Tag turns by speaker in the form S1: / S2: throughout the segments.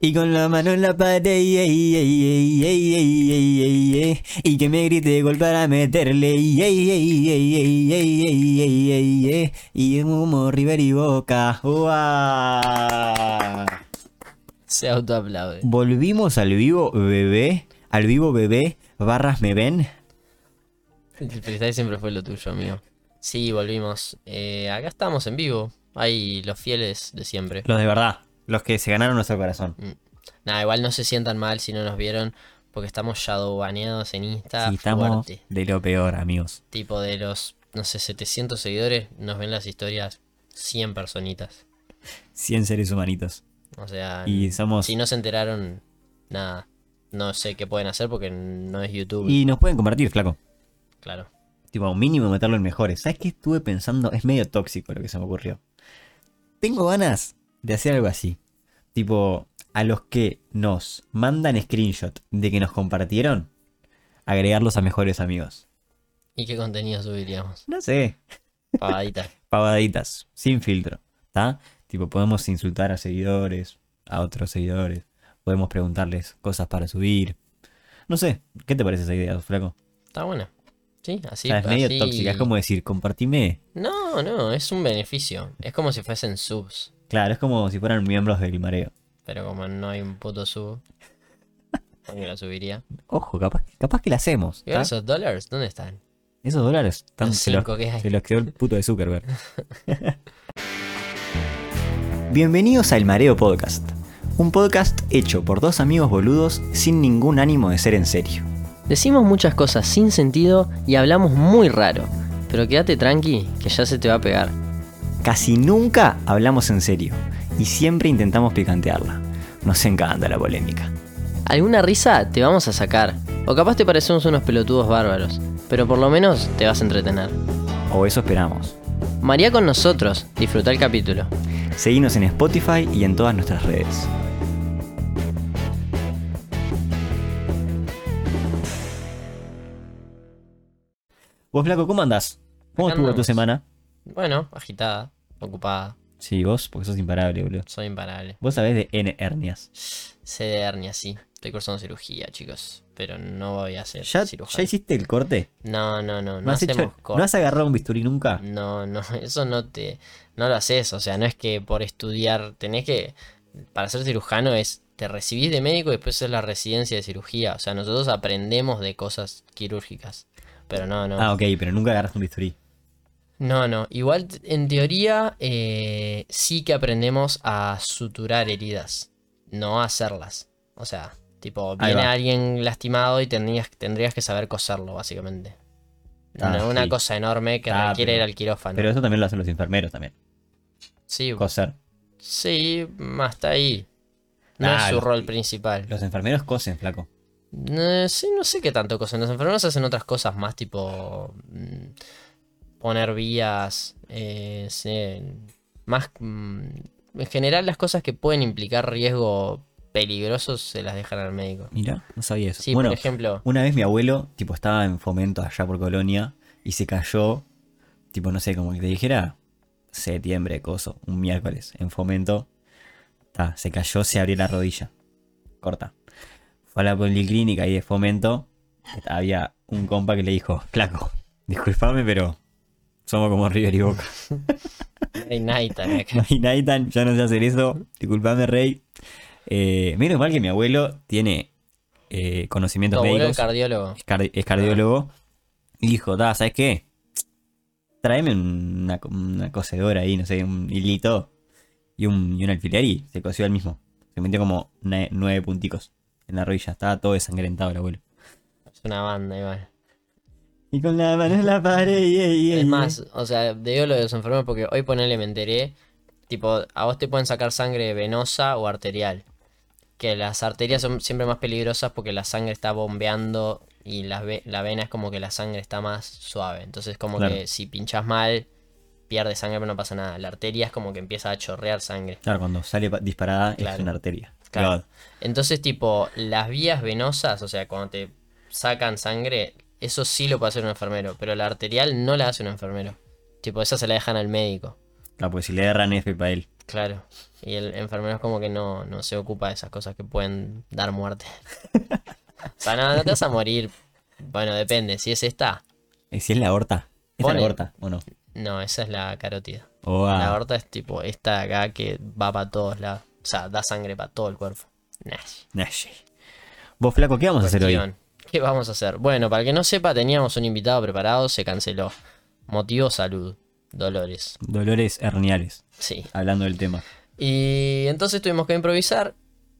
S1: Y con la mano en la pared, ey, ey, ey, ey, ey, ey, ey, ey, ey. y que me grite gol para meterle, ey, ey, ey, ey, ey, ey, ey, ey, ey, ey. y en humo River y Boca. ¡Uah!
S2: Se autoaplaude.
S1: Volvimos al vivo bebé, al vivo bebé, barras me ven.
S2: El freestyle siempre fue lo tuyo, amigo. Sí, volvimos. Eh, acá estamos en vivo. Hay los fieles de siempre.
S1: Los de verdad, los que se ganaron nuestro corazón.
S2: Mm, Nada, igual no se sientan mal si no nos vieron, porque estamos shadowbaneados en Insta.
S1: Sí, estamos
S2: ah, fuerte.
S1: de lo peor, amigos.
S2: Tipo de los, no sé, 700 seguidores, nos ven las historias 100 personitas.
S1: 100 seres humanitos.
S2: O sea,
S1: Y somos...
S2: si no se enteraron, nada. No sé qué pueden hacer porque no es YouTube.
S1: Y nos pueden compartir, flaco.
S2: Claro.
S1: Tipo, un mínimo meterlo en mejores. ¿Sabes qué estuve pensando? Es medio tóxico lo que se me ocurrió. Tengo ganas de hacer algo así. Tipo, a los que nos mandan screenshot de que nos compartieron, agregarlos a mejores amigos.
S2: ¿Y qué contenido subiríamos?
S1: No sé,
S2: Pavadita.
S1: pavaditas, sin filtro, ¿está? Tipo, podemos insultar a seguidores, a otros seguidores, podemos preguntarles cosas para subir. No sé, ¿qué te parece esa idea, flaco?
S2: Está buena. Sí,
S1: O
S2: así.
S1: sea, es medio
S2: así-
S1: tóxica, es como decir, compartime.
S2: No, no, es un beneficio. Es como si fuesen subs.
S1: Claro, es como si fueran miembros del mareo.
S2: Pero como no hay un puto sub, ¿dónde la subiría?
S1: Ojo, capaz, capaz que la hacemos.
S2: ¿Y ahora
S1: ¿tá?
S2: esos dólares? ¿Dónde están?
S1: Esos dólares están-
S2: Los
S1: se, los,
S2: cinco que hay.
S1: se los quedó el puto de Zuckerberg. Bienvenidos a El Mareo Podcast. Un podcast hecho por dos amigos boludos sin ningún ánimo de ser en serio.
S2: Decimos muchas cosas sin sentido y hablamos muy raro. Pero quédate tranqui, que ya se te va a pegar.
S1: Casi nunca hablamos en serio y siempre intentamos picantearla. Nos encanta la polémica.
S2: Alguna risa te vamos a sacar. O capaz te parecemos unos pelotudos bárbaros. Pero por lo menos te vas a entretener.
S1: O eso esperamos.
S2: María con nosotros, disfruta el capítulo.
S1: Seguinos en Spotify y en todas nuestras redes. Vos, Flaco, ¿cómo andás? ¿Cómo
S2: Acá
S1: estuvo tu
S2: andamos.
S1: semana?
S2: Bueno, agitada, ocupada,
S1: Sí, vos, porque sos imparable, boludo.
S2: soy imparable.
S1: Vos sabés de N hernias.
S2: Sé de hernia, sí. Estoy cursando cirugía, chicos. Pero no voy a ser
S1: ¿Ya,
S2: cirujano.
S1: ya hiciste el corte?
S2: No, no, no. No,
S1: ¿No, has hecho-
S2: hacemos
S1: ¿No
S2: cortes.
S1: has agarrado un bisturí nunca?
S2: No, no, eso no te. No lo haces. O sea, no es que por estudiar. Tenés que. Para ser cirujano es. Te recibís de médico y después es la residencia de cirugía. O sea, nosotros aprendemos de cosas quirúrgicas. Pero no, no.
S1: Ah, ok, pero nunca agarraste un bisturí.
S2: No, no. Igual t- en teoría eh, sí que aprendemos a suturar heridas, no a hacerlas. O sea, tipo,
S1: Ahí
S2: viene
S1: va.
S2: alguien lastimado y tendrías, tendrías que saber coserlo, básicamente.
S1: Ah,
S2: No, una
S1: sí.
S2: cosa enorme que
S1: Ah,
S2: requiere
S1: pero-
S2: ir al quirófano.
S1: Pero eso también lo hacen los enfermeros también.
S2: sí,
S1: Coser.
S2: sí, más está ahí. No
S1: Ah,
S2: es su
S1: los-
S2: rol principal.
S1: Los enfermeros cosen, Flaco.
S2: No sé, Eh, no sé qué tanto cosen. Los enfermeros hacen otras cosas más tipo mm, poner vías, eh, sé, más mm, en general las cosas que pueden implicar riesgo peligroso se las dejan al médico.
S1: Mira, no sabía eso.
S2: Sí,
S1: bueno,
S2: por ejemplo,
S1: Una vez mi abuelo, tipo, estaba en fomento allá por Colonia y se cayó, tipo, no sé, como que te dijera, septiembre, coso, un miércoles, en fomento. Ta, se cayó, se abrió la rodilla. Corta. Fue a la policlínica ahí de fomento. Había un compa que le dijo, flaco, disculpame, pero somos como River y Boca.
S2: hay Naita acá.
S1: Y Nathan, ya no sé hacer eso, disculpame, Rey. Eh, menos mal que mi abuelo tiene eh,
S2: Tu
S1: conocimientos
S2: abuelo el
S1: médicos
S2: cardiólogo. Ah.
S1: es, cardi- es cardiólogo, y dijo, da, ¿sabes qué? Tráeme una, co- una cosedora ahí, no sé, un hilito y un, y un alfiler y se cosió él mismo. Se metió como ne- nueve punticos en la rodilla, estaba todo desangrentado el abuelo.
S2: Es una banda igual.
S1: Y con la mano en la pared, y, y- ¿eh? y-
S2: Es más, o sea, digo lo de los enfermeros porque hoy ponele me enteré, tipo, a vos te pueden sacar sangre venosa o arterial. Que las arterias son siempre más peligrosas porque la sangre está bombeando y la, ve- la vena es como que la sangre está más suave. Entonces como
S1: Claro.
S2: que si pinchas mal, pierdes sangre pero no pasa nada. La arteria es como que empieza a chorrear sangre.
S1: Claro, cuando sale pa- disparada es
S2: Claro.
S1: una arteria.
S2: Claro. Entonces, tipo, las vías venosas, o sea, cuando te sacan sangre, eso sí lo puede hacer un enfermero, pero la arterial no la hace un enfermero. Tipo, esa se la dejan al médico.
S1: Claro, porque si le erran F para él.
S2: Claro. Y el enfermero es como que no, no se ocupa de esas cosas que pueden dar muerte. o sea, no, no te vas a morir. Bueno, depende. Si es esta,
S1: Y Eh, si es la aorta. ¿Esta es
S2: Pone-
S1: la aorta o no?
S2: no, esa es la carótida.
S1: O ah,
S2: La
S1: a-
S2: aorta es tipo esta de acá que va para todos lados. O sea, da sangre para todo el cuerpo. Nah.
S1: Nah, sí. Vos, flaco, ¿qué vamos a hacer hoy?
S2: Cuestión. ¿Qué vamos a hacer? Bueno, para el que no sepa, teníamos un invitado preparado, se canceló. Motivo salud. Dolores.
S1: Dolores herniales,
S2: Sí.
S1: hablando del tema.
S2: Y entonces tuvimos que improvisar.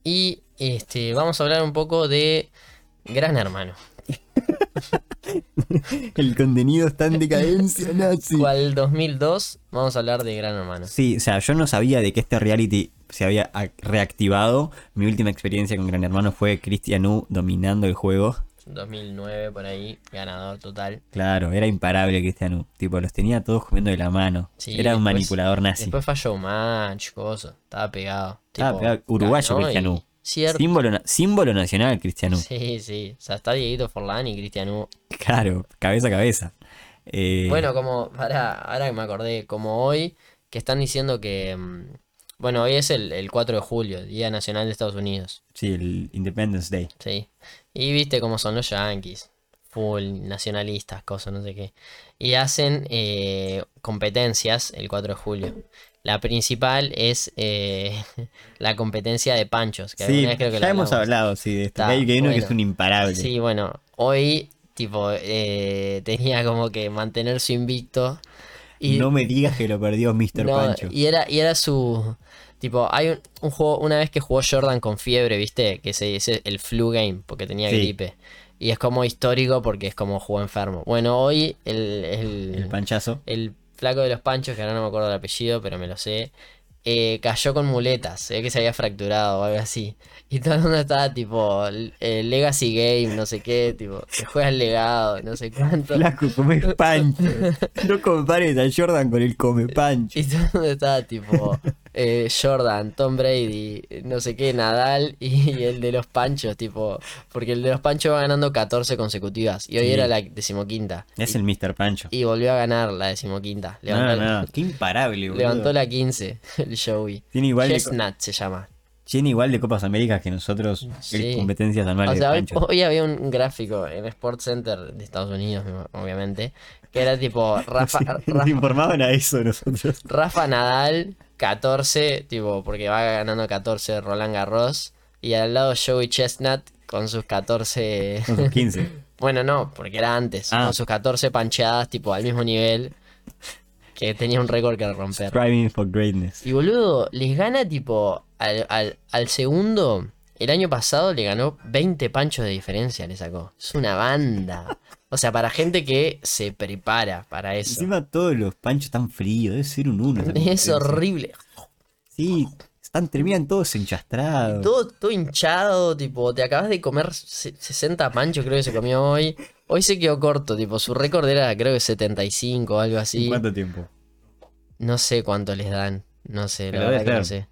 S2: Y este, vamos a hablar un poco de Gran Hermano.
S1: El contenido está en decadencia, Nazi.
S2: Cual 2002, vamos a hablar de Gran Hermano.
S1: Sí, o sea, yo no sabía de que este reality se había ac- reactivado. Mi última experiencia con Gran Hermano fue Cristian U dominando el juego.
S2: 2009, por ahí, ganador total.
S1: Claro, era imparable Cristian U. Tipo, los tenía todos comiendo de la mano.
S2: Sí,
S1: era un
S2: después-
S1: manipulador nazi.
S2: Después falló match, cosas. Estaba pegado.
S1: Estaba pegado. ah, Uruguayo,
S2: ganó
S1: Cristian
S2: y-
S1: U.
S2: Cierto.
S1: Símbolo, na- símbolo nacional Cristian U.
S2: Sí, sí. O sea, está Dieguito Forlán y Cristian U.
S1: Claro, cabeza a cabeza. Eh,
S2: Bueno, como, para, ahora que me acordé, como hoy, que están diciendo que, mm, bueno, hoy es el, el 4 de julio, Día Nacional de Estados Unidos,
S1: Sí, el Independence Day.
S2: ¿sí? Y viste cómo son los yanquis, full nacionalistas, cosas, no sé qué. Y hacen eh, competencias el 4 de julio. La principal es eh, la competencia de panchos, que
S1: Sí,
S2: alguna vez creo que
S1: ya
S2: la
S1: hemos
S2: hablamos.
S1: hablado, sí, de esto.
S2: Está,
S1: Hay que hay uno que
S2: bueno.
S1: es un imparable.
S2: Sí, bueno, hoy, tipo, eh, tenía como que mantener su invicto. Y,
S1: no me digas que lo perdió Mr.
S2: No,
S1: Pancho.
S2: Y era, y era su. Tipo, hay un, un juego, una vez que jugó Jordan con fiebre, ¿viste? Que se dice el flu game, porque tenía
S1: Sí.
S2: gripe. Y es como histórico porque es como jugó enfermo. Bueno, hoy el, el,
S1: El panchazo.
S2: el flaco de los panchos, que ahora no me acuerdo el apellido, pero me lo sé, eh, cayó con muletas. Se ve que se había fracturado o algo así. Y todo el mundo estaba tipo, l- eh, Legacy Game, no sé qué, tipo, que juega el legado, no sé cuánto.
S1: Flaco, come pancho. No compares a Jordan con el come pancho.
S2: Y todo el mundo estaba tipo eh, Jordan, Tom Brady, no sé qué, Nadal y, el de los Panchos, tipo, porque el de los Panchos va ganando 14 consecutivas y hoy
S1: Sí.
S2: era la decimoquinta.
S1: Es el Mr. Pancho.
S2: Y volvió a ganar la decimoquinta.
S1: No,
S2: Levantó,
S1: no, qué imparable, boludo.
S2: levantó la 15, el Joey.
S1: Tiene igual, de,
S2: Chestnut se llama.
S1: tiene igual de Copas Américas que nosotros en
S2: Sí.
S1: competencias anuales
S2: O sea,
S1: de
S2: hoy,
S1: Pancho.
S2: hoy había un gráfico en Sports Center de Estados Unidos, obviamente, que era tipo Rafa, Rafa
S1: Nos informaban a eso nosotros.
S2: Rafa Nadal, 14, tipo, porque va ganando 14 Roland Garros. Y al lado Joey Chestnut con sus 14.
S1: Con sus 15.
S2: bueno, no, porque era antes.
S1: Ah.
S2: Con sus 14 pancheadas, tipo, al mismo nivel. Que tenía un récord que romper.
S1: Striving for greatness.
S2: Y boludo, les gana, tipo, al, al- al segundo. El año pasado le ganó 20 panchos de diferencia, le sacó. Es una banda. O sea, para gente que se prepara para eso.
S1: Encima todos los panchos están fríos, debe ser un uno. esa
S2: Es
S1: competencia.
S2: horrible.
S1: Sí, están, terminan todos enchastrados.
S2: Todo, todo hinchado, tipo, te acabas de comer se- 60 panchos, creo que se comió hoy. Hoy se quedó corto, tipo, su récord era creo que 75 o algo
S1: ¿En
S2: así.
S1: cuánto tiempo?
S2: No sé cuánto les dan, no sé, la
S1: Pero
S2: verdad que
S1: debe
S2: no
S1: ser.
S2: sé.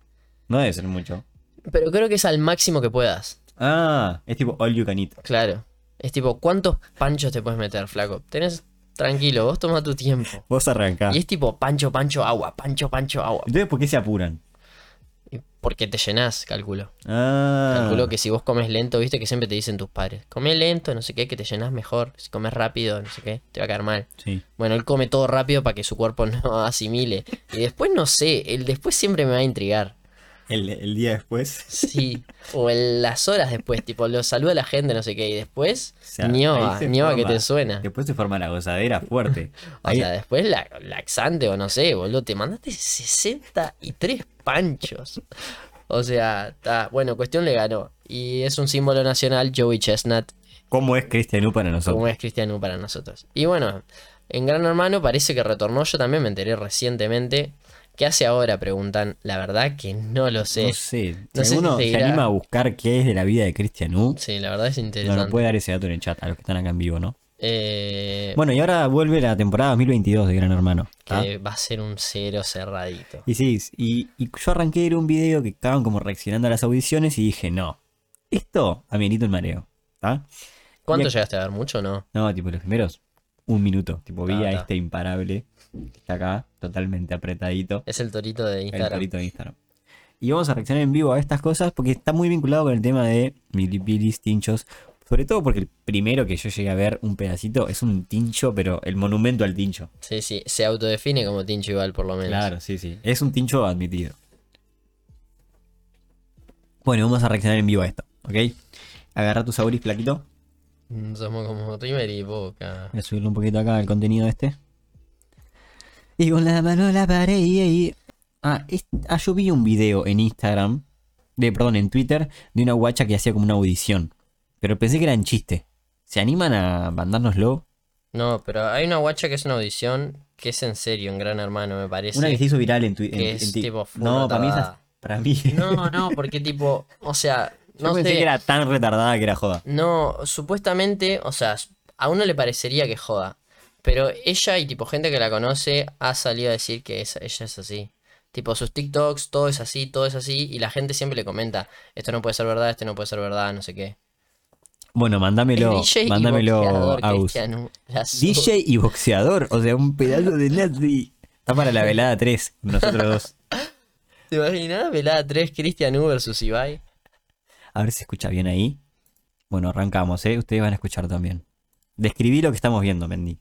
S1: No debe ser mucho.
S2: Pero creo que es al máximo que puedas,
S1: Ah, es tipo all you can eat.
S2: claro. Es tipo, ¿cuántos panchos te puedes meter, flaco? Tenés tranquilo, vos toma tu tiempo.
S1: Vos arrancás.
S2: Y es tipo, pancho, pancho, agua, pancho, pancho, agua.
S1: Entonces, ¿por qué se apuran?
S2: Y Porque te llenás, calculo.
S1: Ah,
S2: Calculo que si vos comes lento, viste que siempre te dicen tus padres, come lento, no sé qué, que te llenas mejor. Si comes rápido, no sé qué, te va a caer mal.
S1: Sí.
S2: Bueno, él come todo rápido para que su cuerpo no asimile. Y después no sé, el después siempre me va a intrigar.
S1: El, el día después.
S2: Sí. O el- las horas después, tipo, lo saluda a la gente, no sé qué. Y después,
S1: O sea,
S2: ñoa,
S1: ahí se
S2: ñoa que
S1: forma.
S2: te suena.
S1: Después se forma la gozadera fuerte.
S2: O
S1: Ahí-
S2: sea, después la, laxante o no sé, boludo. Te mandaste 63 panchos. O sea, está. Bueno, cuestión le ganó. Y es un símbolo nacional, Joey Chestnut.
S1: ¿Cómo es Cristian U para
S2: como
S1: nosotros?
S2: es Cristiano para nosotros. Y bueno, en Gran Hermano parece que retornó, yo también me enteré recientemente. ¿Qué hace ahora? Preguntan. La verdad que no lo sé.
S1: No sé.
S2: No sé
S1: si alguno
S2: si
S1: se
S2: seguirá.
S1: anima a buscar qué es de la vida de Cristian U,
S2: Sí, la verdad es
S1: no nos
S2: interesante.
S1: puede dar ese dato en el chat a los que están acá en vivo, ¿no?
S2: Eh,
S1: Bueno, y ¿Ah? ahora vuelve la temporada 2022 de Gran Hermano. ¿tá?
S2: que va a ser un cero cerradito.
S1: Y sí, y, y yo arranqué era un video que estaban como reaccionando a las audiciones y dije, no, esto amerita un mareo. ¿tá?
S2: ¿Cuánto
S1: y-
S2: llegaste a ver? ¿Mucho o no?
S1: No, tipo los primeros. un minuto. Tipo, vi
S2: Ah,
S1: a
S2: está.
S1: este imparable que está acá, totalmente apretadito.
S2: Es el torito de
S1: El
S2: Instagram.
S1: torito de Instagram. Y vamos a reaccionar en vivo a estas cosas porque está muy vinculado con el tema de milipilis, tinchos. Sobre todo porque el primero que yo llegué a ver un pedacito es un tincho, pero el monumento al tincho.
S2: Sí, sí. Se autodefine como Tincho Igual, por lo menos.
S1: Claro, sí, sí. Es un tincho admitido. Bueno, vamos a reaccionar en vivo a esto, ¿ok? Agarra tus auris, plaquito.
S2: Mm, Somos como River y Boca.
S1: Voy a subirle un poquito acá al contenido este. Y con la mano a la pared. y- y- Ah, es- ah, yo vi un video en Instagram, de, perdón, en Twitter, de una guacha que hacía como una audición. Pero pensé que era en chiste. ¿Se animan a mandárnoslo?
S2: No, pero hay una guacha que es una audición que es en serio, en Gran Hermano, me parece.
S1: Una que se hizo viral en Twitter.
S2: que es tipo full
S1: No, para mí
S2: retardada.
S1: esa- Para mí.
S2: No, no, porque tipo, o sea,
S1: Yo
S2: no
S1: pensé
S2: sé.
S1: que era tan retardada que era joda.
S2: No, supuestamente, o sea, a uno le parecería que joda. Pero ella y tipo gente que la conoce ha salido a decir que es- ella es así. Tipo, sus TikToks, todo es así, todo es así, y la gente siempre le comenta, esto no puede ser verdad, esto no puede ser verdad, no sé qué.
S1: Bueno,
S2: El
S1: mándamelo.
S2: DJ y
S1: Mándamelo,
S2: boxeador,
S1: Agus.
S2: Cristiano Lazo.
S1: DJ y boxeador. O sea, un pedazo de nazi. Está para la velada 3. Nosotros dos.
S2: ¿Te imaginas? Velada 3, Cristian U versus Ibai.
S1: A ver si se escucha bien ahí. Bueno, arrancamos, ¿eh? Ustedes van a escuchar también. Describí lo que estamos viendo, Mendy.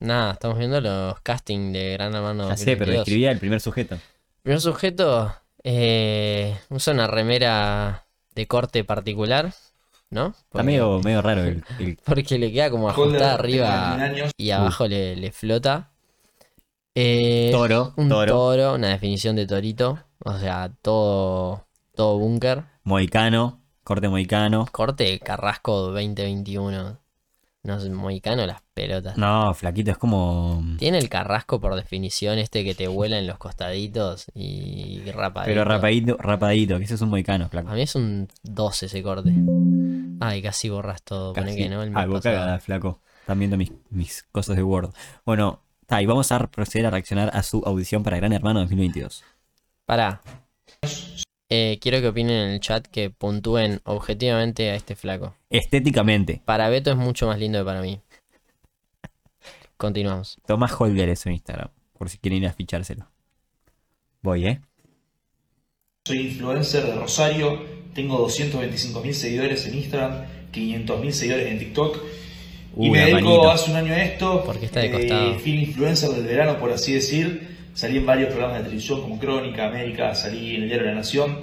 S2: Nada, estamos viendo los castings de Gran Hermano
S1: Ya sé, pero
S2: 2022.
S1: describí al primer sujeto.
S2: Primer sujeto eh, usa una remera de corte particular, ¿no?
S1: Está
S2: Porque,
S1: medio, medio raro el, el-
S2: porque le queda como ajustada arriba y abajo le, le flota. Eh,
S1: toro,
S2: un
S1: toro,
S2: toro, una definición de torito. O sea, todo, todo búnker.
S1: moicano, corte moicano.
S2: Corte Carrasco 2021. No es moicano las pelotas.
S1: No, flaquito, es como...
S2: Tiene el carrasco por definición este que te vuela en los costaditos y rapadito.
S1: Pero rapadito, rapadito, que ese es un moicano, flaco.
S2: A mí es un 12 ese corte. Ay, casi borras todo. Poné
S1: Casi.
S2: que no. El mes
S1: Ah, vos
S2: pasado.
S1: cagada, flaco. Están viendo mis, mis cosas de Word. Bueno, está, y vamos a proceder a reaccionar a su audición para Gran Hermano 2022.
S2: Pará. Eh, quiero que opinen en el chat que puntúen objetivamente a este flaco.
S1: Estéticamente,
S2: Para Beto es mucho más lindo que para mí. Continuamos.
S1: Tomás Holger es su Instagram, por si quieren ir a fichárselo. Voy, ¿eh?
S3: Soy influencer de Rosario, tengo 225.000 seguidores en Instagram, 500.000 seguidores en TikTok.
S1: Uh,
S3: y me
S1: la
S3: dedico
S1: manito.
S3: hace un año a esto. eh,
S2: Porque está de costado.
S3: Fui influencer del verano, por así decir. Salí en varios programas de televisión como Crónica, América, salí en el Diario de la Nación,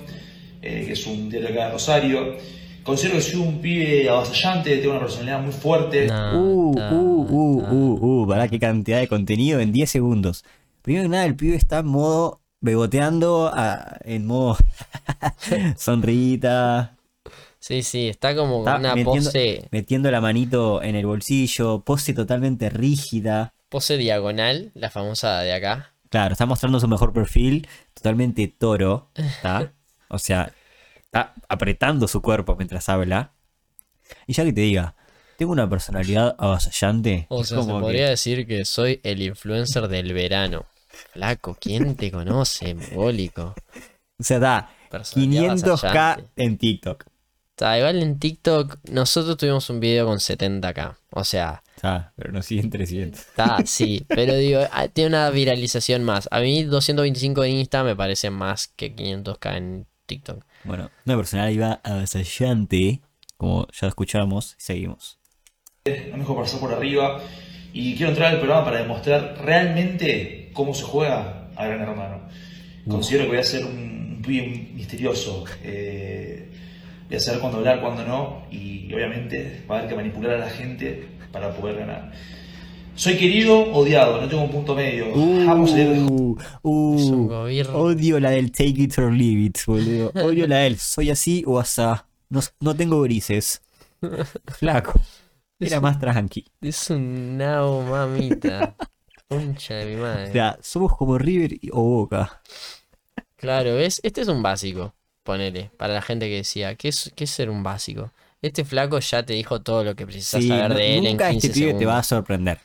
S3: eh, que es un diario acá de Rosario. Considero que soy un pibe avasallante, tengo una personalidad muy fuerte.
S2: No,
S1: Uh,
S2: ta,
S1: uh, uh,
S2: ta.
S1: uh, uh, pará, qué cantidad de contenido en 10 segundos. Primero que nada, el pibe está en modo beboteando, a- en modo sonrita,
S2: Sí, sí, está como con
S1: Está
S2: una
S1: metiendo-
S2: pose,
S1: metiendo la manito en el bolsillo, pose totalmente rígida.
S2: pose diagonal, la famosa de acá.
S1: Claro, está mostrando su mejor perfil, totalmente toro, ¿está? O sea, está apretando su cuerpo mientras habla. Y ya que te diga, tengo una personalidad avasallante.
S2: O
S1: es
S2: sea, se
S1: como que-
S2: podría decir que soy el influencer del verano. Flaco, ¿quién te conoce, bólico?
S1: o sea, da
S2: Personalidad
S1: 500k
S2: avasallante.
S1: en TikTok.
S2: Está, igual en TikTok, nosotros tuvimos un video con 70k. O sea,
S1: Ah, pero no siguen 300.
S2: está, sí, pero digo, ah, tiene una viralización más. A mí 225 en Insta me parece más que 500k en TikTok.
S1: Bueno, una personalidad avasallante, como ya escuchamos, seguimos.
S3: no me dejo pasar por arriba. Y quiero entrar al programa para demostrar realmente cómo se juega a Gran Hermano. Considero que voy a ser un, un pibe misterioso. eh, voy a saber cuándo hablar, cuándo no. Y, obviamente va a haber que manipular a la gente para poder ganar. Soy querido, odiado, no tengo un punto medio. Amo salir de
S1: Uh, uh,
S2: Es un gobierno.
S1: odio la del take it or leave it, boludo. Odio la del soy así o asá. No, no tengo grises. Flaco. Era más tranqui.
S2: Es un nao, mamita. Concha de mi
S1: O
S2: madre.
S1: sea, somos como River y- o Boca.
S2: Claro, ¿ves? Este es un básico, ponele, para la gente que decía, ¿qué es, qué es ser un básico? Este flaco ya te dijo todo lo que precisas
S1: Sí,
S2: saber
S1: no-
S2: de él en
S1: nunca
S2: 15
S1: este pibe te va a
S2: segundos.
S1: sorprender.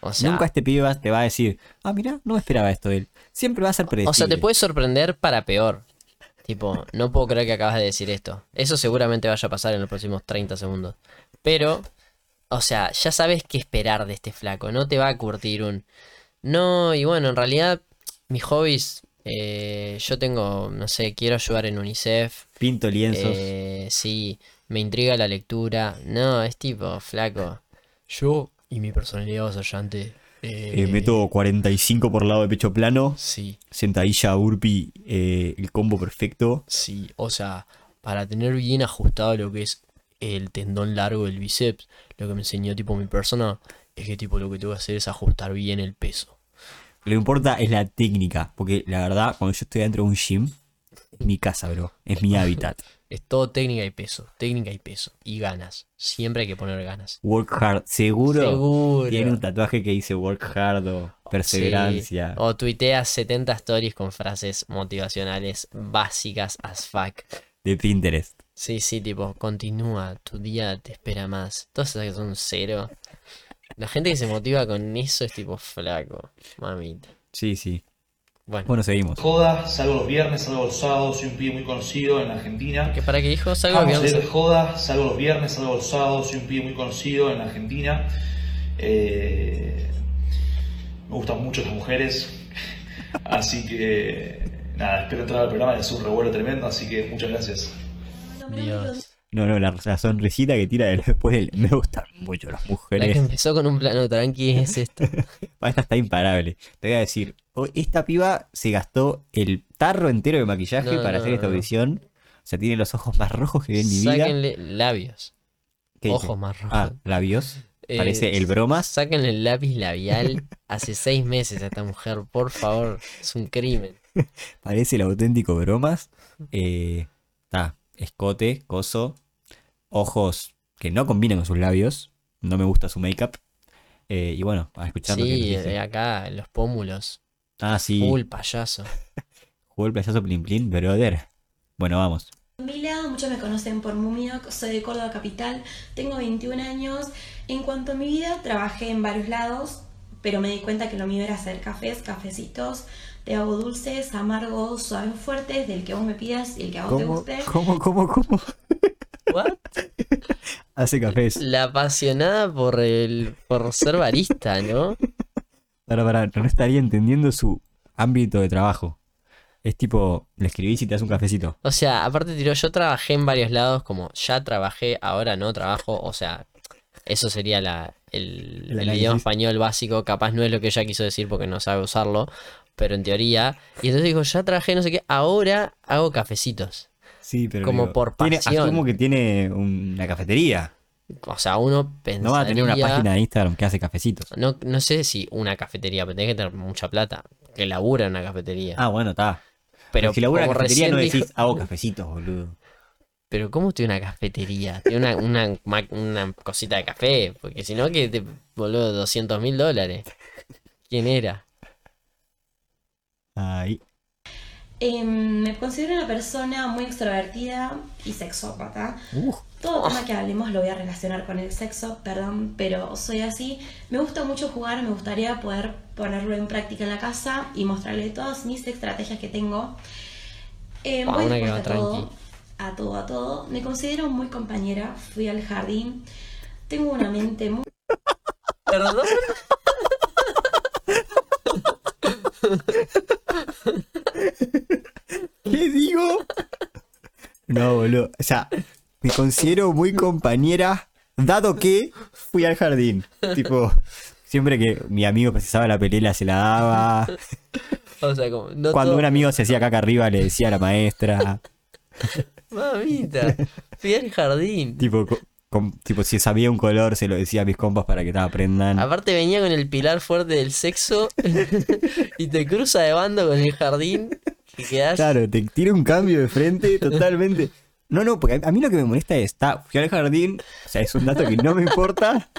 S2: O sea,
S1: nunca este pibe va- te va a decir, ah, mira, no me esperaba esto de él. Siempre va a ser predecible.
S2: o sea, te puede sorprender para peor. Tipo, no puedo creer que acabas de decir esto. Eso seguramente vaya a pasar en los próximos 30 segundos. Pero, o sea, ya sabes qué esperar de este flaco, no te va a curtir un... No, y bueno, en realidad mis hobbies, eh, yo tengo, no sé, quiero ayudar en UNICEF,
S1: Pinto lienzos.
S2: eh, sí, me intriga la lectura, no, es tipo, flaco. Yo y mi personalidad vasallante...
S1: eh, meto 45 por lado de pecho plano.
S2: Sí,
S1: Sentadilla, burpee, eh, el combo perfecto.
S2: Sí, o sea, para tener bien ajustado lo que es el tendón largo del bíceps, lo que me enseñó tipo mi persona es que tipo lo que tengo que hacer es ajustar bien el peso.
S1: Lo que importa es la técnica. Porque la verdad, cuando yo estoy dentro de un gym, es mi casa, bro. Es mi hábitat.
S2: Es todo técnica y peso, técnica y peso y ganas. Siempre hay que poner ganas.
S1: Work hard. Seguro.
S2: Seguro.
S1: Tiene un tatuaje que dice work hard o perseverancia.
S2: Sí, O tuiteas 70 stories con frases motivacionales básicas as fuck.
S1: De Pinterest.
S2: Sí, sí, tipo, continúa, tu día te espera más. Todas esas que son cero. La gente que se motiva con eso es tipo flaco, mamita.
S1: Sí, sí.
S2: Bueno,
S1: Bueno, seguimos.
S3: Joda, salgo los viernes, salgo los sábados, soy un pibe muy conocido en la Argentina.
S2: que para que dijo salgo
S3: Vamos
S2: que
S3: a
S2: vamos
S3: salir de
S2: a-
S3: joda, salgo los viernes, salgo los sábados, soy un pibe muy conocido en la Argentina. Eh, me gustan mucho las mujeres, así que nada, espero entrar al programa, es un revuelo tremendo, así que muchas gracias.
S2: Dios.
S1: No, no, la, la sonrisita que tira después del me gustan mucho las
S2: La que
S1: mujeres.
S2: empezó con un plano tranqui es esta.
S1: Esta está imparable. Te voy a decir, hoy esta piba se gastó el tarro entero de maquillaje
S2: No,
S1: para
S2: no,
S1: hacer esta
S2: no.
S1: audición. O sea, tiene los ojos más rojos que vi en mi vida.
S2: Sáquenle labios.
S1: ¿Qué dije?
S2: Ojos más rojos.
S1: Ah, labios.
S2: Eh,
S1: Parece el bromas.
S2: Sáquenle el lápiz labial hace seis meses a esta mujer, por favor. Es un crimen.
S1: Parece el auténtico bromas. Eh, Está, escote, coso. Ojos que no combinan con sus labios. No me gusta su make-up. Eh, y bueno, a escuchar lo que nos
S2: Sí,
S1: dice.
S2: eh, acá los pómulos.
S1: Ah, sí.
S2: Full payaso.
S1: Jugó el playazo Plin Plin, brother. Bueno, vamos.
S4: Mila, muchos me conocen por Mumioc, soy de Córdoba Capital, tengo 21 años. En cuanto a mi vida, trabajé en varios lados, pero me di cuenta que lo mío era hacer cafés, cafecitos, de agua dulces, amargos, suaves, fuertes, del que vos me pidas y el que a vos te
S1: ¿Cómo,
S4: guste.
S1: cómo, cómo, cómo?
S2: What?
S1: Hace cafés.
S2: La apasionada por el por ser barista, ¿no?
S1: Para, para, no estaría entendiendo su ámbito de trabajo. Es tipo, le escribís y te das un cafecito.
S2: O sea, aparte tiró, yo trabajé en varios lados, como ya trabajé, ahora no trabajo, o sea, eso sería la, el, el
S1: análisis.
S2: idioma español básico, capaz no es lo que ella quiso decir porque no sabe usarlo, pero en teoría. Y entonces dijo, ya trabajé, no sé qué, ahora hago cafecitos.
S1: Sí, pero.
S2: Como por
S1: tiene,
S2: pasión.
S1: Asumo que tiene una cafetería.
S2: O sea, uno pensaría...
S1: No va a tener una página de Instagram que hace cafecitos.
S2: No, no sé si una cafetería, pero tenés que tener mucha plata, que labura en una cafetería.
S1: Ah, bueno, está.
S2: pero
S1: si labura en
S2: como
S1: la cafetería
S2: recién
S1: no
S2: dijo-
S1: decís, hago cafecitos, boludo.
S2: Pero ¿cómo tiene una cafetería? Tiene una, una, ma- una cosita de café, porque si no que te voló 200 mil dólares. ¿Quién era?
S1: Ahí.
S4: Em, me considero una persona muy extrovertida y sexópata.
S1: Uh,
S4: Todo tema que hablemos lo voy a relacionar con el sexo, perdón, pero soy así. Me gusta mucho jugar, me gustaría poder ponerlo en práctica en la casa y mostrarle todas mis estrategias que tengo. Eh,
S2: Pa,
S4: voy
S2: Ah, una que
S4: dispuesta
S2: va
S4: a todo,
S2: tranqui.
S4: a todo, a todo. Me considero muy compañera, fui al jardín, tengo una mente muy...
S2: ¿Perdón?
S1: ¿Qué digo? No, boludo. O sea, me considero muy compañera, dado que fui al jardín. Tipo, siempre que mi amigo precisaba la pelela, se la daba.
S2: O sea, como... No
S1: Cuando
S2: todo-
S1: un amigo se hacía caca arriba, le decía a la maestra.
S2: Mamita, fui al jardín.
S1: Tipo, co- com- tipo si sabía un color, se lo decía a mis compas para que te aprendan.
S2: Aparte venía con el pilar fuerte del sexo y te cruza de bando con el jardín y quedás...
S1: Claro, te tira un cambio de frente totalmente. No, no, porque a mí lo que me molesta es, está, fui al jardín, o sea, es un dato que no me importa,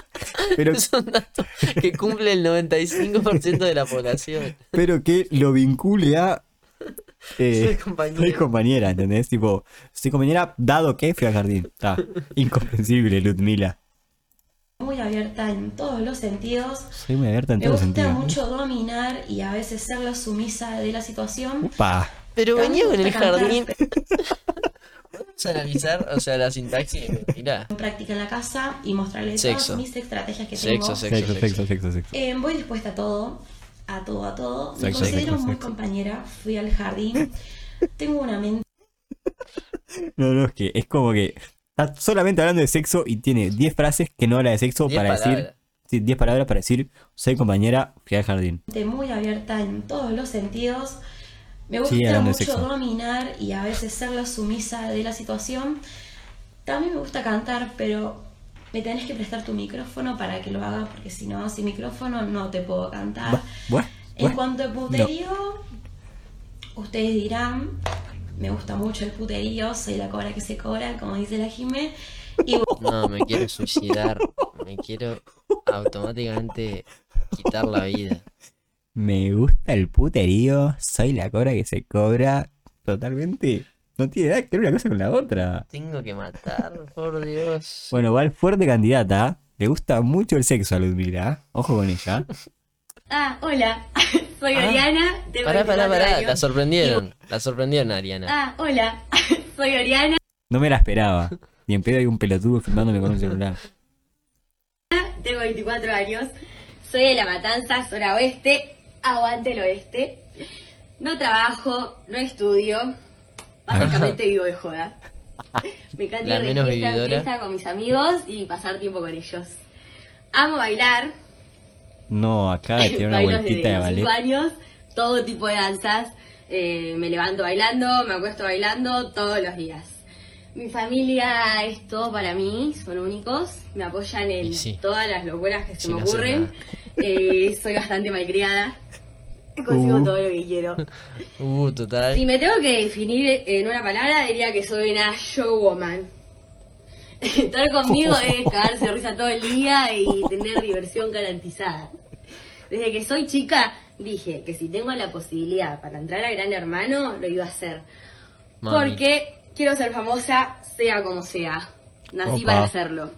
S1: pero
S2: Es un dato que cumple el 95% de la población.
S1: pero que lo vincule a. eh,
S2: Soy compañera.
S1: soy compañera, ¿entendés? Tipo, soy compañera dado que fui al jardín. Está incomprensible, Ludmila.
S4: muy abierta en todos los sentidos.
S1: Soy muy abierta en
S4: Me
S1: todos
S4: gusta
S1: sentidos.
S4: mucho dominar y a veces ser la sumisa de la situación.
S1: Upa.
S2: Pero venía con
S4: También
S2: el
S4: me gusta
S2: jardín.
S4: cantar,
S2: Vamos a analizar, o sea, la sintaxis. Mira,
S4: práctica en la casa y mostrarles
S2: Sexo.
S4: todas mis estrategias que
S2: Sexo,
S4: tengo.
S2: sexo.
S1: Sexo, sexo, sexo, sexo.
S4: Eh, voy dispuesta a todo, a todo, a todo. Me
S1: Sexo,
S4: considero
S1: sexo,
S4: muy
S1: sexo.
S4: compañera, fui al jardín, tengo una mente
S1: No, no, es que es como que está solamente hablando de sexo y tiene 10 frases que no habla de sexo
S2: diez
S1: para decir.
S2: palabras.
S1: sí, 10 palabras para decir, soy compañera, fui al jardín.
S4: muy abierta en todos los sentidos. Me
S1: Sí,
S4: gusta
S1: hablando de
S4: mucho
S1: sexo.
S4: dominar y a veces ser la sumisa de la situación. También me gusta cantar, pero me tenés que prestar tu micrófono para que lo hagas, porque si no, sin micrófono no te puedo cantar.
S1: Bu- bu-
S4: En
S1: bu-
S4: cuanto al puterío, ustedes dirán, me gusta mucho el puterío, soy la cobra que se cobra, como dice la Jime. Y
S2: No, me quiero suicidar. Me quiero automáticamente quitar la vida.
S1: Me gusta el puterío, soy la cobra que se cobra. Totalmente. No tiene nada que ver una cosa con la otra.
S2: Tengo que matar, por Dios.
S1: Bueno, va el fuerte candidata. Le gusta mucho el sexo a Ludmila. Ojo con ella.
S5: Ah, hola, soy
S2: Ah.
S5: Oriana. de
S2: Pará, pará,
S5: 24
S2: pará.
S5: años.
S2: La sorprendieron. La sorprendieron, Ariana.
S5: Ah, hola, soy Oriana,
S1: No me la esperaba. Ni en pedo hay un pelotudo filmándome con un celular.
S5: tengo 24 años, soy de La Matanza, zona oeste, aguante el oeste. No trabajo, no estudio, básicamente vivo de joda. Me encanta
S2: La
S5: ir de
S2: menos
S5: fiesta en
S2: vividora.
S5: fiesta con mis amigos y pasar tiempo con ellos. Amo bailar,
S1: No, acá tiene una
S5: Bailo
S1: vueltita
S5: desde
S1: de
S5: los
S1: ballet.
S5: cinco años, todo tipo de danzas. Eh, me levanto bailando, me acuesto bailando todos los días. Mi familia es todo para mí, son únicos, me apoyan en
S2: Y sí.
S5: todas las locuras que se
S2: Sin
S5: me
S2: hacer
S5: ocurren. Eh, soy bastante malcriada, consigo
S1: Uh.
S5: todo lo que quiero.
S2: Uh, total.
S5: Si me tengo que definir en una palabra, diría que soy una showwoman. Estar conmigo es cagarse de risa todo el día y tener diversión garantizada. Desde que soy chica, dije que si tengo la posibilidad para entrar a Gran Hermano, lo iba a hacer.
S2: Mami.
S5: Porque quiero ser famosa, sea como sea. Nací
S1: Opa.
S5: para hacerlo.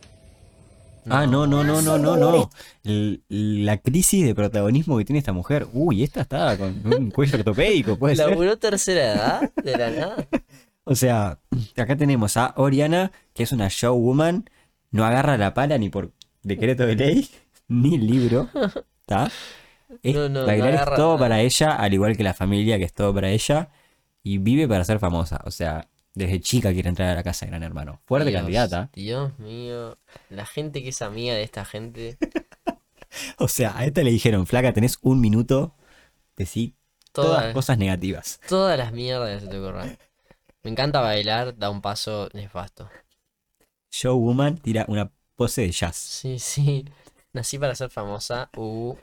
S1: Ah, no, no, no, no, no, no. L- La crisis de protagonismo que tiene esta mujer. Uy, esta está con un cuello ortopédico, puede ser.
S2: ¿Laburó tercera edad? De la nada.
S1: O sea, acá tenemos a Oriana, que es una showwoman, no agarra la pala ni por decreto de ley, ni libro, ¿está? Es-
S2: No, no, no
S1: bailar es
S2: agarra
S1: todo
S2: nada.
S1: para ella, al igual que la familia, que es todo para ella, y vive para ser famosa. O sea, desde chica quiere entrar a la casa de Gran Hermano. Fuerte
S2: Dios,
S1: candidata.
S2: Dios mío. La gente que es amiga de esta gente.
S1: O sea, a esta le dijeron, flaca, tenés un minuto, decí todas
S2: Todas,
S1: cosas negativas.
S2: todas las mierdas que se te ocurran. Me encanta bailar, da un paso nefasto.
S1: Showwoman tira una pose de jazz.
S2: Sí, sí. Nací para ser famosa. Uh.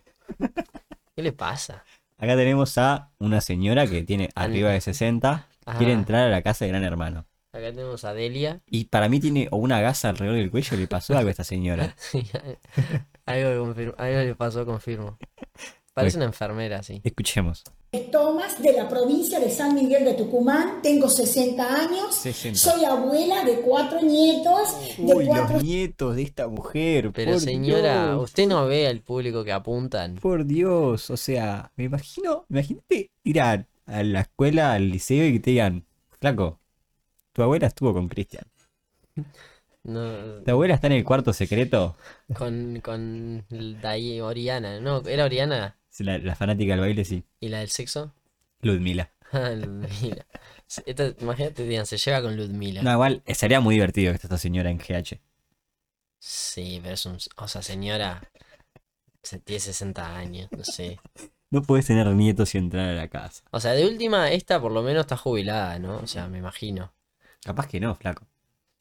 S2: ¿Qué le pasa?
S1: Acá tenemos a una señora que tiene
S2: Al-
S1: arriba de 60,
S2: Ah.
S1: quiere entrar a la casa de Gran Hermano.
S2: Acá tenemos a Delia.
S1: Y para mí tiene o una gasa alrededor del cuello, le pasó algo a esta señora.
S2: algo, que confirmo- algo le pasó, confirmo. Parece una enfermera, sí.
S1: Escuchemos.
S6: Tomás de la provincia de San Miguel de Tucumán, tengo 60 años,
S1: 60.
S6: soy abuela de cuatro nietos, de
S1: Uy,
S6: cuatro
S1: los nietos de esta mujer.
S2: Pero
S1: por
S2: señora,
S1: Dios.
S2: usted no ve al público que apuntan.
S1: Por Dios, o sea, me imagino, imagínate ir a, a la escuela, al liceo y que te digan, flaco, tu abuela estuvo con Cristian.
S2: No,
S1: Tu abuela está en el cuarto secreto.
S2: con, con la I- Oriana. No, era Oriana
S1: La, la fanática del baile, sí.
S2: y la del sexo.
S1: Ludmila.
S2: Ah, Ludmila. Se- esta- imagínate, digan, se lleva con Ludmila.
S1: No, igual, eh, sería muy divertido que esté esta señora en GH.
S2: Sí, pero es un. O sea, señora. se- Tiene 60 años, no sé.
S1: No puedes tener nietos y entrar a la casa.
S2: O sea, de última, esta por lo menos está jubilada, ¿no? O sea, me imagino.
S1: Capaz que no, flaco.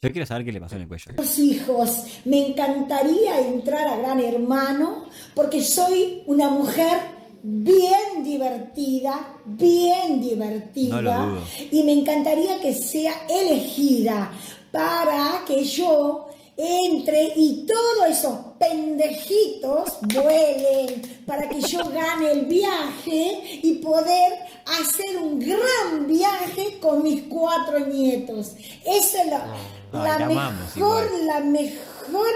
S1: Yo quiero saber qué le pasó en el cuello.
S6: hijos. Me encantaría entrar a Gran Hermano porque soy una mujer bien divertida, bien divertida.
S1: No lo dudo.
S6: Y me encantaría que sea elegida para que yo entre y todos esos pendejitos vuelen para que yo gane el viaje y poder hacer un gran viaje con mis cuatro nietos. Esa es la,
S1: No,
S6: la
S1: la amamos
S6: mejor,
S1: igual.
S6: la mejor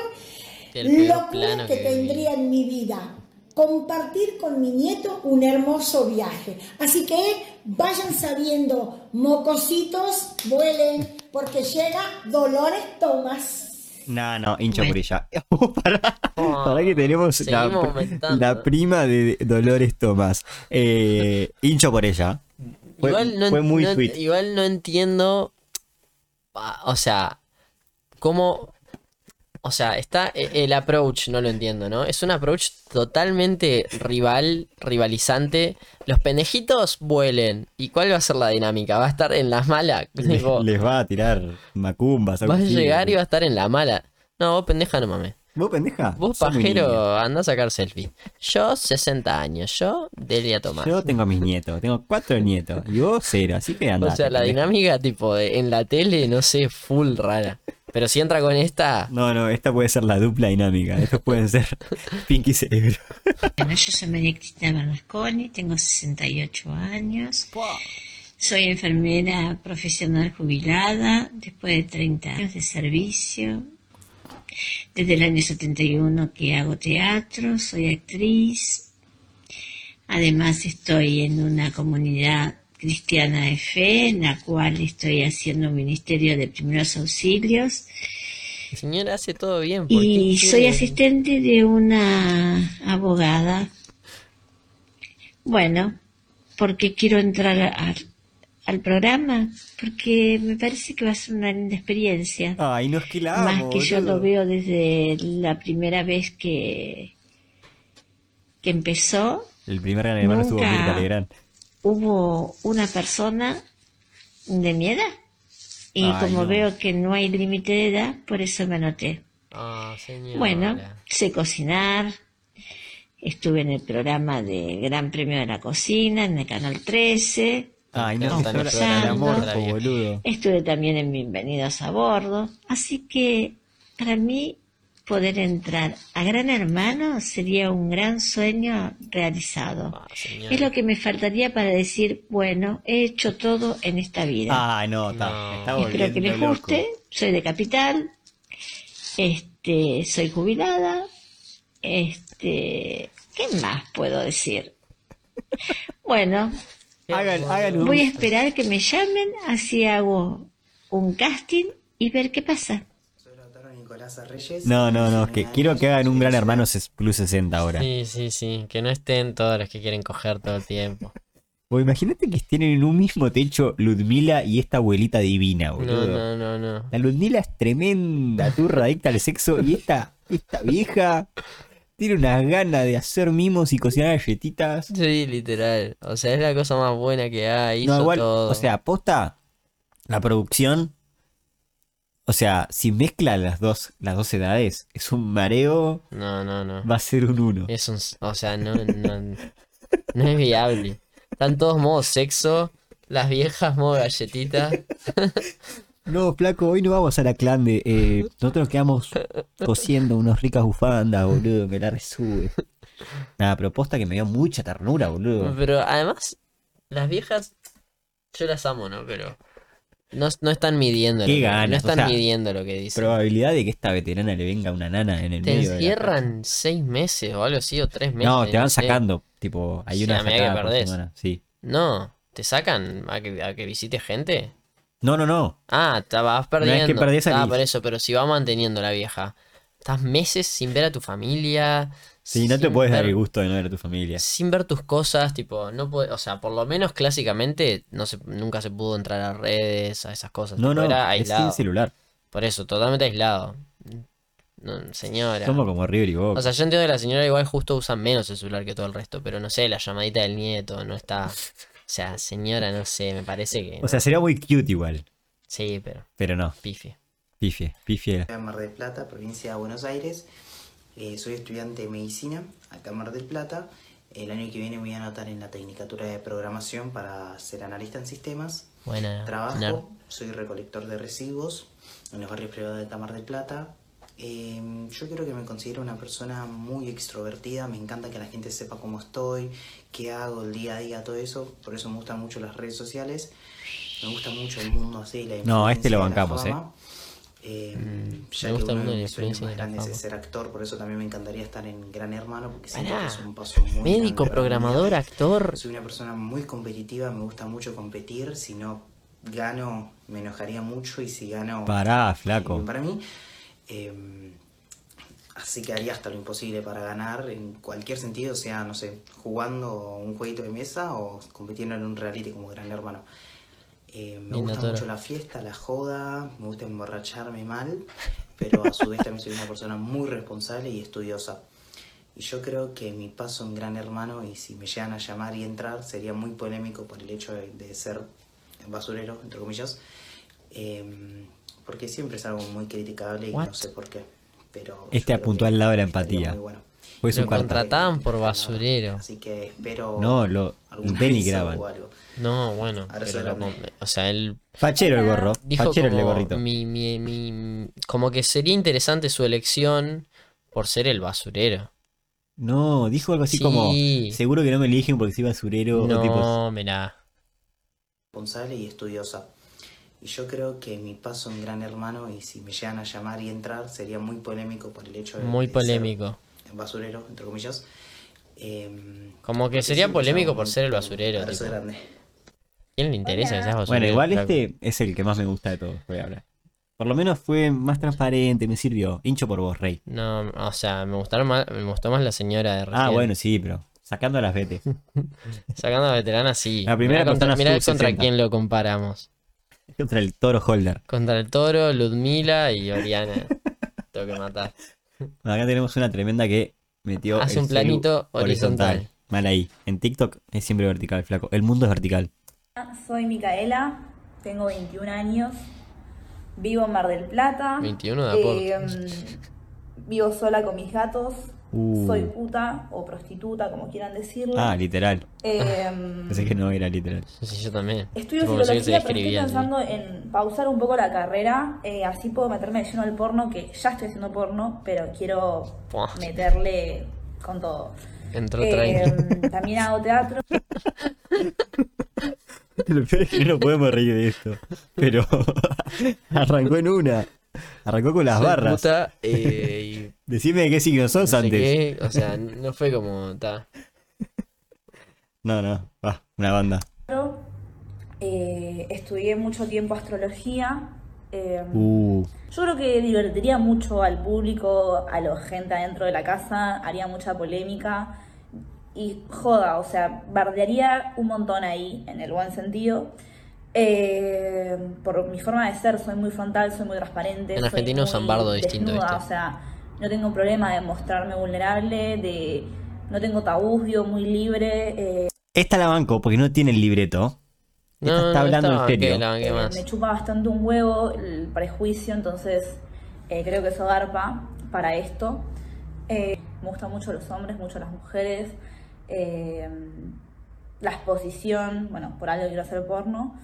S2: El peor
S6: locura
S2: plano
S6: que,
S2: que viví.
S6: tendría en mi vida. compartir con mi nieto un hermoso viaje. Así que vayan sabiendo, mocositos, vuelen, porque llega Dolores Tomás.
S1: No, no, hincha por ella. para, que tenemos la,
S2: Oh, Seguimos aumentando.
S1: la prima de Dolores Tomás. Eh, hincho por ella. Fue,
S2: igual, no,
S1: fue muy
S2: no-
S1: sweet.
S2: igual no entiendo. ah, O sea, cómo. O sea, está e- el approach, no lo entiendo, ¿no? Es un approach totalmente rival, rivalizante. Los pendejitos vuelen. ¿Y cuál va a ser la dinámica? ¿Va a estar en la mala?
S1: Le-
S2: Tipo,
S1: les va a tirar macumbas. algo
S2: vas a
S1: así.
S2: llegar y va a estar en la mala. No, vos pendeja no mames.
S1: ¿Vos, pendeja?
S2: Vos
S1: Sos muy niña.
S2: pajero, andá a sacar selfie. Yo 60 años, yo Delia Tomás.
S1: Yo tengo a mis nietos, tengo cuatro nietos. Y vos cero, así que andate.
S2: O sea, la
S1: pendeja.
S2: dinámica tipo de, en la tele, no sé, full rara. Pero si entra con esta,
S1: No, no, esta puede ser la dupla dinámica. Estos pueden ser Pinky Cerebro.
S7: Bueno, yo soy María Cristina Bernasconi, tengo 68 años. Soy enfermera profesional jubilada, después de 30 años de servicio. Desde el año 71 que hago teatro, soy actriz. Además estoy en una comunidad cristiana de fe, en la cual estoy haciendo un ministerio de primeros auxilios.
S2: señora hace todo bien. ¿por
S7: Y
S2: qué
S7: soy
S2: quiere?
S7: asistente de una abogada. Bueno, porque quiero entrar a- al- al programa, porque me parece que va a ser una linda experiencia.
S1: Ay, nos quilamos.
S7: Más que yo
S1: Ah, boludo.
S7: lo veo desde la primera vez que, que empezó,
S1: El primer gran hermano estuvo
S7: Nunca.
S1: Mirta Legrand.
S7: hubo una persona de mi edad. Y
S1: Ay,
S7: como
S1: no.
S7: veo que no hay límite de edad, por eso me anoté.
S2: Ah, señora.
S7: Bueno, sé cocinar. Estuve en el programa del Gran Premio de la Cocina, en el Canal 13.
S1: Ay, no,
S2: Están
S1: se sobra-
S7: empezando.
S1: el amor, po,
S2: Todavía.
S1: boludo.
S7: Estuve también en Bienvenidos a Bordo. Así que para mí poder entrar a Gran Hermano sería un gran sueño realizado.
S2: Ah, señora.
S7: Es lo que me faltaría para decir, bueno, he hecho todo en esta vida.
S1: Ay, no, está,
S2: No.
S1: está
S7: Espero que
S1: volviendo
S7: les
S1: loco.
S7: guste. Soy de Capital. Este, soy jubilada. Este, ¿qué más puedo decir? Bueno,
S1: Hagan, hagan un...
S7: voy a esperar que me llamen, así hago un casting y ver qué pasa.
S1: No, no, no, es que quiero que hagan un gran hermano ses- plus 60 ahora.
S2: Sí, sí, sí. Que no estén todos los que quieren coger todo el tiempo.
S1: O imagínate que tienen en un mismo techo Ludmila y esta abuelita divina,
S2: No,
S1: boludo.
S2: no, no, no.
S1: La Ludmila es tremenda, turra, adicta al sexo. Y esta, esta vieja tiene unas ganas de hacer mimos y cocinar galletitas.
S2: Sí, literal. O sea, es la cosa más buena que hay. Hizo
S1: No, igual,
S2: todo.
S1: o sea, aposta la producción. O sea, si mezcla las dos, las dos edades, es un mareo,
S2: no, no, no.
S1: va a ser un uno.
S2: Es un, o sea, no, no, no es viable. Están todos modo sexo, las viejas modo galletita.
S1: No, flaco, hoy no vamos a la clan de. eh, nosotros quedamos cosiendo unos ricas bufandas, boludo, me la resube. Nada, propuesta que me dio mucha ternura, boludo.
S2: Pero además, las viejas, yo las amo, ¿no? Pero no, no están midiendo. lo
S1: Qué
S2: que- no
S1: ganas, o
S2: están
S1: sea,
S2: midiendo lo que dicen.
S1: Probabilidad de que esta veterana le venga una nana en el
S2: Te
S1: medio. de la-
S2: encierran seis meses o algo así, o tres meses.
S1: No, te van
S2: sé.
S1: sacando. Tipo, hay
S2: Sí,
S1: una
S2: a medida que
S1: sacada por
S2: perdés.
S1: semana, Sí.
S2: No, te sacan a que, a que visite gente.
S1: No, no, no.
S2: Ah, te vas
S1: vez que
S2: perdiendo.
S1: perdés,
S2: ah,
S1: salís.
S2: por eso, pero si va manteniendo la vieja. Estás meses sin ver a tu familia.
S1: Sí, no te
S2: sin
S1: puedes dar
S2: ver-
S1: el gusto de no ver a tu familia.
S2: sin ver tus cosas, tipo, no puede, o sea, por lo menos clásicamente no se, nunca se pudo entrar a redes, a esas cosas,
S1: No,
S2: tipo,
S1: no,
S2: era
S1: es
S2: aislado.
S1: sin celular.
S2: Por eso, totalmente aislado. No, señora.
S1: Somos como River y Boca.
S2: O sea, yo entiendo que la señora igual justo usa menos el celular que todo el resto, pero no sé, la llamadita del nieto no está. O sea, señora, no sé, me parece que. no.
S1: sería muy cute igual.
S2: sí, pero
S1: Pero no,
S2: pifi.
S1: pifie, pifie.
S8: en Mar del Plata, provincia de Buenos Aires. Eh, soy estudiante de medicina acá en Mar del Plata. El año que viene me voy a anotar en la Tecnicatura de Programación para ser analista en sistemas.
S1: Ah,
S2: Buena.
S8: Trabajo,
S2: nerd.
S8: soy recolector de residuos en los barrios privados de Camar del Plata. Eh, yo creo que me considero una persona muy extrovertida, me encanta que la gente sepa cómo estoy, qué hago el día a día, todo eso. Por eso me gustan mucho las redes sociales, me gusta mucho el mundo así, la
S1: No, a este
S8: influencia,
S1: lo
S8: la
S1: bancamos,
S8: fama. Eh, ya
S2: Mm, Me
S8: que
S2: gusta
S8: uno
S2: mucho
S8: de
S2: la
S8: mis sueños
S2: influencia
S8: más
S2: de la
S8: grandes es
S2: fama.
S8: ser actor, por eso también me encantaría estar en Gran Hermano, porque siento
S2: Pará,
S8: que es un paso muy grande
S2: Médico,
S8: para
S2: programador,
S8: mí.
S2: actor.
S8: Soy una persona muy competitiva, me gusta mucho competir, si no gano me enojaría mucho y si gano...
S1: Pará,
S8: eh,
S1: flaco.
S8: Para mí... eh, así que haría hasta lo imposible para ganar en cualquier sentido, sea, no sé, jugando un jueguito de mesa o compitiendo en un reality como Gran Hermano. Eh, me
S2: Linda
S8: gusta
S2: Tora.
S8: mucho la fiesta, la joda, me gusta emborracharme mal, pero a su vez también soy una persona muy responsable y estudiosa. Y yo creo que mi paso en Gran Hermano, y si me llegan a llamar y entrar, sería muy polémico por el hecho de, de ser basurero, entre comillas, eh, porque siempre es algo muy criticable y
S2: What?
S8: no sé por qué. Pero
S1: Este
S8: yo creo
S1: apuntó
S8: que
S1: al lado de la
S8: estaría
S1: empatía. Pues
S8: muy bueno.
S1: Fue su
S2: Lo
S1: carta.
S2: contrataban por basurero.
S8: Así que espero.
S1: No, lo
S8: alguna
S1: denigraban.
S8: risa o algo.
S2: No, bueno,
S8: Ahora
S2: pero
S8: soy
S2: lo
S8: grande.
S2: com- o sea, él
S1: Fachero el gorro.
S2: dijo
S1: Fachero el
S2: como
S1: gorrito.
S2: mi, mi- mi- como que sería interesante su elección por ser el basurero.
S1: No, dijo algo así como.
S2: Sí.
S1: Seguro que no me eligen porque soy basurero. o tipo,
S2: No, mirá.
S8: responsable y estudiosa. Y yo creo que mi paso en Gran Hermano, y si me llegan a llamar y entrar, sería muy polémico por el hecho de.
S2: Muy
S8: de
S2: polémico.
S8: ser basurero, entre comillas. Eh,
S2: Como que
S8: porque
S2: sería
S8: siempre es
S2: polémico
S8: algo
S2: por
S8: muy-
S2: ser el basurero.
S8: Ahora soy
S2: tipo.
S8: grande.
S2: ¿Quién le interesa que seas basurero?
S1: Bueno, igual
S2: flaco?
S1: este es el que más me gusta de todos. Voy a hablar. Por lo menos fue más transparente, me sirvió. Hincho por vos, Rey.
S2: No, o sea, me gustaron más, me gustó más la señora de
S1: Ah,
S2: recién.
S1: bueno, sí, pero sacando las vetes.
S2: Sacando a veterana, sí.
S1: La primera
S2: mirá contra,
S1: persona
S2: mirá
S1: sub
S2: contra
S1: 60.
S2: quién lo comparamos.
S1: Contra el toro Holder.
S2: Contra el toro, Ludmila y Oriana. Tengo que matar.
S1: Bueno, acá tenemos una tremenda que metió.
S2: Hace
S1: el
S2: un planito
S1: celu horizontal. Mal ahí. En TikTok es siempre vertical, flaco. El mundo es vertical.
S9: Soy Micaela, tengo 21 años, vivo en Mar del Plata.
S2: 21 de aporte.
S9: em, vivo sola con mis gatos.
S1: Uh.
S9: Soy puta o prostituta, como quieran decirlo.
S1: Ah, literal.
S9: Em,
S1: Pensé que no era literal.
S2: Sí, yo también.
S9: Estudio
S2: Tipo, pensé que se
S9: psicología, pero estoy
S2: describía, ¿no?
S9: pensando en pausar un poco la carrera, eh, así puedo meterme de lleno al porno, que ya estoy haciendo porno, pero quiero
S2: Buah.
S9: meterle con todo.
S2: Entró tranqui.
S9: Em, también hago teatro.
S1: Lo peor es que no podemos reír de esto. Pero arrancó en una. Arrancó con las
S2: Soy
S1: barras.
S2: puta, eh, y
S1: Decime de qué signo sos
S2: no sé
S1: antes.
S2: qué, o sea, no fue como. Ta.
S1: No, no. Va, una banda.
S9: eh, estudié mucho tiempo astrología. em,
S1: Uh.
S9: Yo creo que divertiría mucho al público, a la gente adentro de la casa, haría mucha polémica y joda, o sea, bardearía un montón ahí, en el buen sentido. Eh, por mi forma de ser, soy muy frontal, soy muy transparente.
S2: En
S9: soy
S2: Argentina usan
S9: muy
S2: bardo distinto,
S9: desnuda,
S2: ¿viste?
S9: O sea, no tengo problema de mostrarme vulnerable, de no tengo tabús, vivo muy libre. eh,
S1: Esta la banco porque no tiene el libreto. Esta
S2: No,
S1: está
S2: no,
S1: hablando
S2: estaba,
S1: en serio.
S2: ¿qué, la- qué
S9: Eh,
S2: más?
S9: Me chupa bastante un huevo el prejuicio, entonces eh, creo que eso garpa para esto. Eh, me gustan mucho los hombres, mucho las mujeres. eh, la exposición, bueno, por algo quiero hacer porno.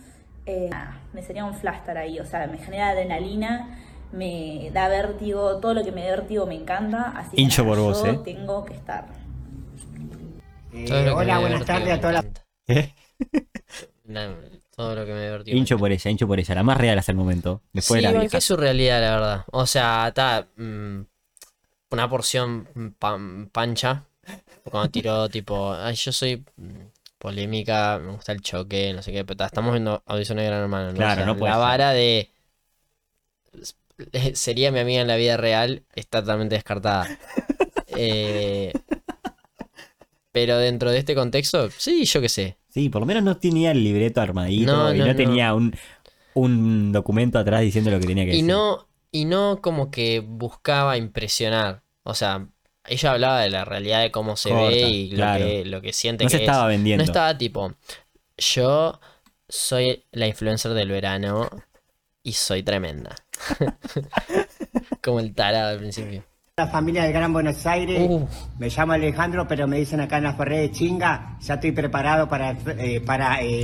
S9: Eh, nada, me sería un flash estar ahí, o sea, me genera adrenalina, me da vértigo, todo lo que me da vértigo me encanta. Así que
S1: Hincho
S9: nada,
S1: por vos,
S9: yo
S1: eh.
S9: tengo que estar.
S10: Eh,
S2: Todo lo que
S10: hola,
S2: me
S10: buenas
S2: divertió
S10: tardes a
S2: me
S10: todas las
S2: encanta.
S1: ¿Eh?
S2: Nah, todo lo que me divertió.
S1: Hincho por ella, hincho por ella. La más real hasta el momento.
S2: sí,
S1: Después de la
S2: bueno,
S1: vieja.
S2: que es su realidad, la verdad. O sea, está mm, una porción mm, pan- pancha. Cuando tiró tipo, ay, yo soy mm, polémica, me gusta el choque, no sé qué, pero ta, estamos viendo audiciones de Gran Hermano. ¿no?
S1: Claro,
S2: O sea,
S1: no puede
S2: La
S1: ser.
S2: vara de sería mi amiga en la vida real está totalmente descartada. Eh, pero dentro de este contexto, sí, yo qué sé.
S1: Sí, por lo menos no tenía el libreto armadito
S2: No,
S1: y no,
S2: no, no.
S1: tenía un, un documento atrás diciendo lo que tenía que
S2: Y
S1: decir.
S2: no, y no como que buscaba impresionar. O sea, ella hablaba de la realidad de cómo se
S1: Corta,
S2: ve y lo,
S1: claro.
S2: que, lo que siente
S1: No
S2: que
S1: se estaba
S2: es.
S1: vendiendo.
S2: No estaba tipo, yo soy la influencer del verano y soy tremenda. como el tarado al principio.
S10: La familia del Gran Buenos Aires,
S2: Uh.
S10: me llamo Alejandro, pero me dicen acá en las redes chinga, ya estoy preparado para, eh, para, eh,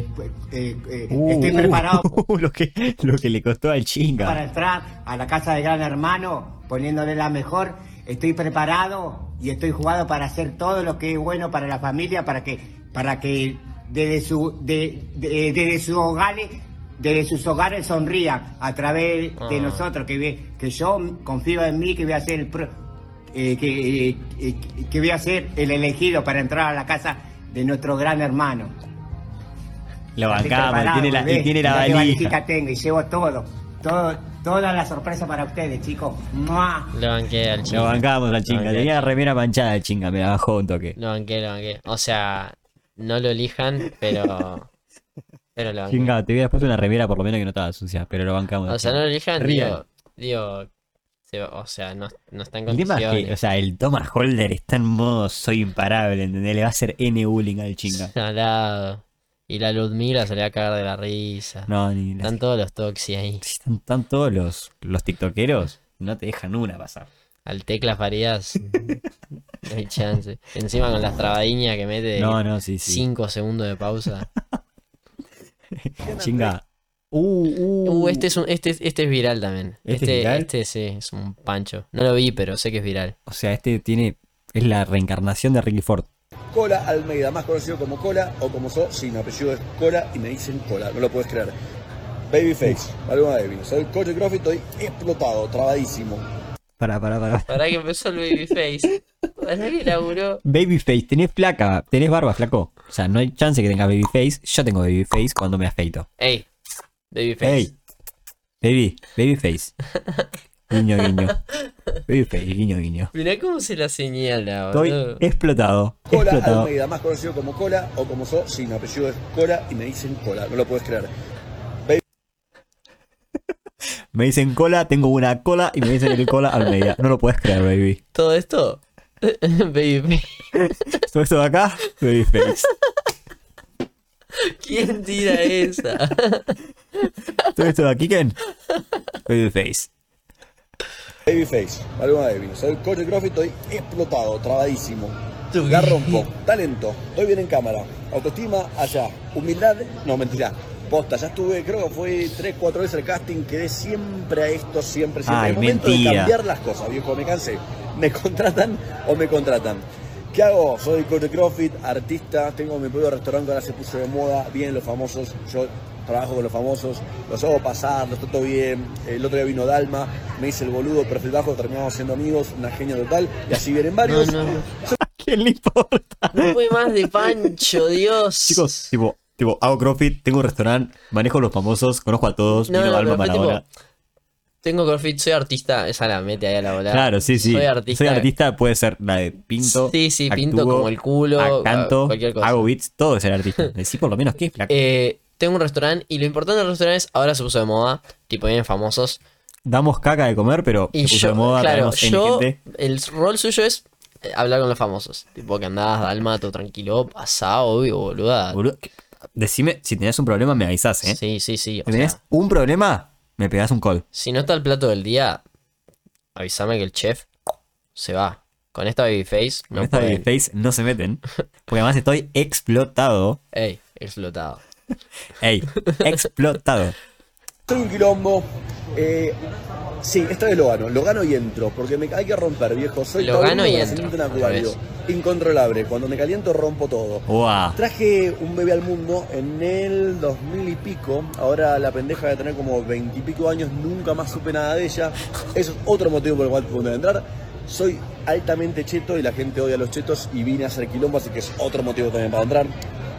S10: eh, eh,
S1: Uh,
S10: estoy
S1: uh,
S10: preparado
S1: lo, que, lo que le costó al chinga.
S10: para entrar a la casa del Gran Hermano, poniéndole la mejor, estoy preparado y estoy jugado para hacer todo lo que es bueno para la familia, para que, para que desde eh, su, de, de- desde sus hogares desde sus hogares sonrían a través de
S2: Ah.
S10: nosotros, que, ve- que yo confío en mí, que voy a ser el pro- eh, que, eh, eh, que voy a ser el elegido para entrar a la casa de nuestro gran hermano.
S1: Lo
S10: Estoy
S1: bancamos, y
S10: preparado,
S1: tiene la, y
S10: bebé.
S1: tiene la
S10: Mirá qué
S1: valija.
S10: tengo y llevo todo, todo, toda la sorpresa para ustedes, chicos. ¡Mua!
S2: Lo banqué al
S1: Lo
S2: chinga.
S1: bancamos la
S2: Lo
S1: chinga.
S2: banqué.
S1: Tenía la remera manchada de chinga, me la bajó un toque.
S2: Lo banqué, lo banqué. O sea, no lo elijan, pero. Pero lo banqué.
S1: Chinga, te hubiera puesto una remera por lo menos que no estaba sucia, pero lo bancamos.
S2: O sea, no lo elijan,
S1: Rían.
S2: digo. digo se- o sea, no, no están
S1: El tema es que, o
S2: condiciones.
S1: sea, el Thomas Holder está en modo soy imparable, ¿entendés? Le va a hacer N bullying al chinga.
S2: Salado. Y la Ludmila se le va a cagar de la risa.
S1: No, ni la-
S2: Están todos los toxis ahí.
S1: están, están todos los, los tiktokeros, no te dejan una pasar.
S2: Al teclas varias. No hay chance. Encima con las trabadiñas que mete de
S1: No, no, sí, sí.
S2: 5 segundos de pausa.
S1: Chinga. Uh, uh.
S2: Uh, este es, un, este, este es viral también.
S1: ¿Este es
S2: Este, este,
S1: viral?
S2: sí, es un pancho. No lo vi, pero sé que es viral.
S1: O sea, este tiene. Es la reencarnación de Ricky Ford.
S11: Cola Almeida, más conocido como Cola o como So, sin apellido es Cola y me dicen Cola, no lo puedes creer. Babyface, Maluma Baby, soy Coach Groff y estoy explotado, trabadísimo.
S1: Pará, pará, pará.
S2: Para que empezó el babyface. Para que laburó.
S1: Babyface, tenés placa, tenés barba, flaco. O sea, no hay chance que tengas babyface. Yo tengo babyface cuando me afeito.
S2: Ey, babyface.
S1: Hey, baby, babyface. Guiño, guiño. Babyface, guiño, guiño.
S2: Mirá cómo se la señala,
S1: Estoy
S2: boludo.
S1: explotado,
S11: Cola
S1: explotado.
S11: Almeida, más conocido como Cola o como So, sin apellido es Cola y me dicen Cola, no lo puedes creer.
S1: Me dicen cola, tengo una cola y me dicen el cola Almeida. No lo puedes creer, baby.
S2: Todo esto. babyface.
S1: Todo esto de acá, babyface.
S2: ¿Quién tira esa?
S1: Todo esto de aquí, Ken, babyface.
S11: Babyface, Maluma Baby, soy Coach Groff y estoy explotado, trabadísimo. La rompo, talento, estoy bien en cámara, autoestima allá, humildad, no mentira. Posta, ya estuve, creo que fue 3, 4 veces el casting, quedé siempre a esto, siempre, siempre.
S1: Ay,
S11: es momento
S1: mentira.
S11: de cambiar las cosas, viejo, me cansé. Me contratan o me contratan. ¿Qué hago? Soy Coach CrossFit, artista, tengo mi propio restaurante, ahora se puso de moda, vienen los famosos, yo trabajo con los famosos, los hago pasar, los trato bien, el otro día vino Dalma, me hice el boludo, perfil bajo, terminamos siendo amigos, una genia total, y así vienen
S2: No,
S11: varios.
S2: no, no.
S1: ¿Quién le importa?
S2: No fue más de pancho, Dios.
S1: Chicos, tipo, tipo, hago crossfit, tengo un restaurante, manejo los famosos, conozco a todos,
S2: No,
S1: vino
S2: no, pero
S1: Alma
S2: fue
S1: Maradona.
S2: tipo, tengo CrossFit, soy artista. Esa la mete ahí a la bola.
S1: Claro, sí, sí.
S2: Soy artista.
S1: puede ser la de pinto.
S2: Sí, sí, pinto
S1: actúo,
S2: como el culo,
S1: ah, canto,
S2: cualquier cosa.
S1: hago beats, todo es ser artista. Decí por lo menos que es flaco.
S2: Eh, tengo un restaurante y lo importante de los restaurantes ahora se puso de moda. Tipo, vienen famosos.
S1: Damos caca de comer, pero
S2: Y
S1: se puso
S2: yo,
S1: de moda,
S2: claro,
S1: traemos N
S2: yo,
S1: gente.
S2: el rol suyo es eh, hablar con los famosos. Tipo, que andás dalmato, tranquilo, pasado, obvio, boluda.
S1: Boludo, que- decime, si tenés un problema, me avisás, ¿eh?
S2: Sí, sí, sí. o
S1: si tenés
S2: sea,
S1: un problema, me pegás un call.
S2: si no está el plato del día, avísame que el chef se va. Con esta babyface,
S1: Con
S2: no
S1: esta
S2: pueden.
S1: babyface no se meten. Porque además estoy explotado.
S2: Ey, explotado.
S1: Ey, explotado.
S11: Soy un quilombo. Eh, sí, esta vez lo gano. Lo gano y entro, porque me hay que romper, viejo. Soy
S2: Lo
S11: Tauro,
S2: gano y
S11: me
S2: entro,
S11: siento un
S2: al
S11: acuario. Incontrolable. Cuando me caliento rompo todo.
S1: Guau.
S11: Traje un bebé al mundo en el 2000 y pico. Ahora la pendeja de tener como 20 y pico años, nunca más supe nada de ella. Eso es otro motivo por el cual pude entrar. Soy altamente cheto y la gente odia a los chetos y vine a hacer quilombo, así que es otro motivo también para entrar.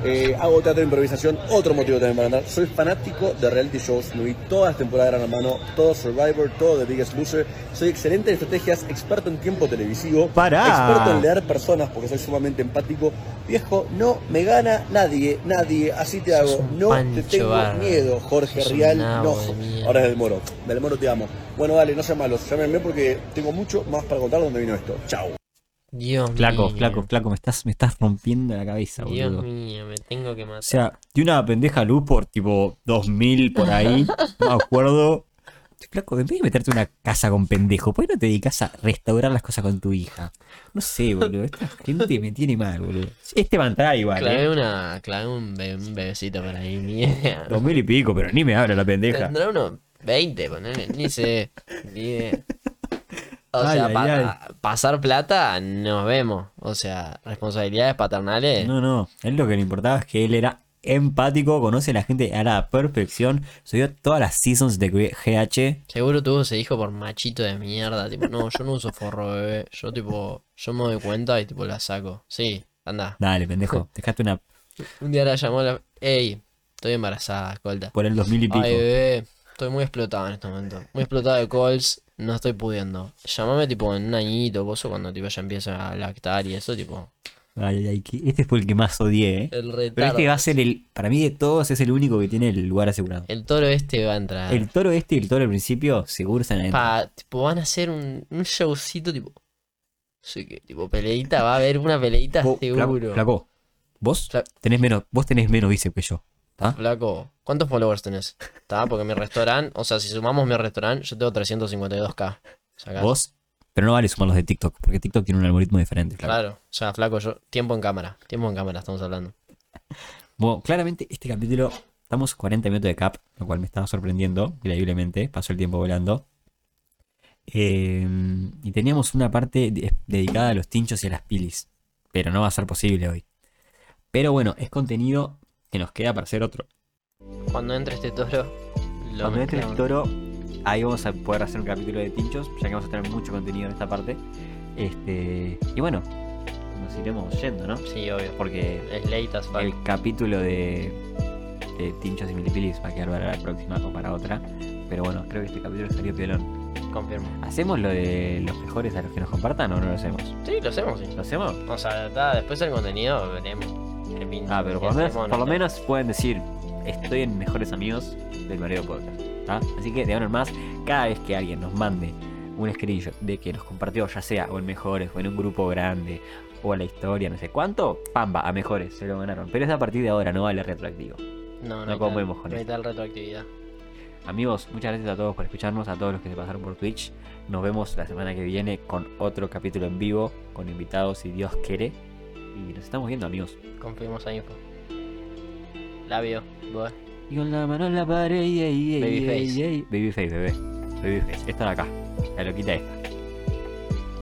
S11: Eh, hago teatro de improvisación, otro motivo también para entrar. Soy fanático de reality shows, me vi todas las temporadas de Gran Hermano, todo Survivor, todo The Biggest Loser. Soy excelente en estrategias, experto en tiempo televisivo,
S1: Pará.
S11: experto en leer personas porque soy sumamente empático. Viejo, no me gana nadie, nadie, así te
S2: Sos
S11: hago.
S2: un
S11: No te
S2: pancho
S11: tengo
S2: bárbaro.
S11: miedo, Jorge
S2: Sos un
S11: Rial,
S2: nabo
S11: no.
S2: de mierda.
S11: Ahora es del Moro, del Moro te amo. Bueno, dale, no sean malos, llámenme porque tengo mucho más para contar donde vino esto. Chau.
S2: Dios
S1: Flaco,
S2: mío.
S1: flaco, flaco, me estás, me estás rompiendo la cabeza,
S2: Dios
S1: boludo.
S2: mío, me tengo que matar.
S1: O sea, de una pendeja luz por tipo 2000 por ahí, no me acuerdo. Flaco, en vez de meterte en una casa con pendejo, ¿por qué no te dedicas a restaurar las cosas con tu hija? No sé, boludo. Esta gente me tiene mal, boludo. Este va a entrar igual, ¿eh?
S2: clavé una, clavé un, be- un bebecito por ahí, mierda.
S1: Dos mil y pico, pero ni me habla la pendeja.
S2: Tendrá unos 20, ponele, ni sé. ni idea. O
S1: Ay,
S2: sea,
S1: ay,
S2: pa- pasar plata, nos vemos. O sea, responsabilidades paternales.
S1: No, no. Él lo que le importaba es que él era empático, conoce a la gente a la perfección. Subió todas las seasons de GH.
S2: Seguro tuvo ese hijo por machito de mierda. Tipo, no, yo no uso forro, bebé. Yo, tipo, yo me doy cuenta y, tipo, la saco. Sí, anda.
S1: Dale, pendejo. Dejaste una
S2: Un día la llamó la. Ey, estoy embarazada, colta.
S1: por el 2000 y pico.
S2: Ay, bebé, estoy muy explotado en este momento. Muy explotado de calls, no estoy pudiendo. Llámame tipo en un añito, vos o cuando tipo ya empieza a lactar y eso, tipo.
S1: Ay, ay, que- este fue el que más odié, eh.
S2: El
S1: Pero
S2: retardo.
S1: este va a ser el. Para mí de todos es el único que tiene el lugar asegurado.
S2: El toro este va a entrar.
S1: El toro este y el toro al principio, seguro están adentro.
S2: Pa- tipo, van a hacer un, un showcito tipo. Sí, que tipo peleita, va a haber una peleita
S1: Vos, Oh, flaco,
S2: seguro.
S1: flaco, vos
S2: Fla-
S1: tenés menos, vos tenés menos bíceps que yo. ¿tá?
S2: Flaco, ¿cuántos followers tenés? ¿Tá? Porque mi restaurante, o sea, si sumamos mi restaurante, yo tengo 352k. Sacá.
S1: Vos, pero no vale sumar los de TikTok, porque TikTok tiene un algoritmo diferente. Flaco.
S2: Claro, o sea, flaco, yo. Tiempo en cámara, tiempo en cámara estamos hablando.
S1: Bueno, claramente este capítulo estamos 40 minutos de cap, lo cual me estaba sorprendiendo increíblemente, pasó el tiempo volando. Eh, y teníamos una parte de- dedicada a los tinchos y a las pilis, pero no va a ser posible hoy. Pero bueno, es contenido que nos queda para hacer otro.
S2: Cuando entre este toro, lo
S1: Cuando entre el
S2: mezclamos.
S1: toro, ahí vamos a poder hacer un capítulo de tinchos, ya que vamos a tener mucho contenido en esta parte. Este, y bueno, nos iremos yendo, ¿no?
S2: Sí, obvio.
S1: Porque
S2: Es late as fuck.
S1: el capítulo de, de Tinchos y Milipilis va a quedar para la próxima o para otra. Pero bueno, creo que este capítulo estaría piolón.
S2: Confirmo.
S1: ¿Hacemos lo de los mejores a los que nos compartan o no lo hacemos?
S2: Sí, lo hacemos, sí.
S1: ¿Lo hacemos?
S2: O sea, está, después el contenido veremos. qué pinta,
S1: Ah, pero
S2: qué
S1: por lo, menos,
S2: hacemos,
S1: por
S2: no
S1: lo
S2: sé.
S1: menos pueden decir, estoy en Mejores Amigos del Mareo Podcast. ¿tá? Así que de ahora en más, cada vez que alguien nos mande un screenshot de que nos compartió, ya sea o en Mejores o en un grupo grande o a la historia, no sé cuánto, pamba, a Mejores se lo ganaron. Pero es a partir de ahora, no vale retroactivo.
S2: No, no,
S1: no
S2: hay
S1: comemos
S2: tal-
S1: con
S2: no hay
S1: esto.
S2: tal retroactividad.
S1: Amigos, muchas gracias a todos por escucharnos, a todos los que se pasaron por Twitch. Nos vemos la semana que viene con otro capítulo en vivo, con invitados si Dios quiere. Y nos estamos viendo, amigos.
S2: Confirmamos a info. Labio. Buah.
S1: Y con la mano en la pared, ey, ey, ey,
S2: Babyface.
S1: ey, ey. Babyface, bebé. Babyface, esta de acá. La loquita esta.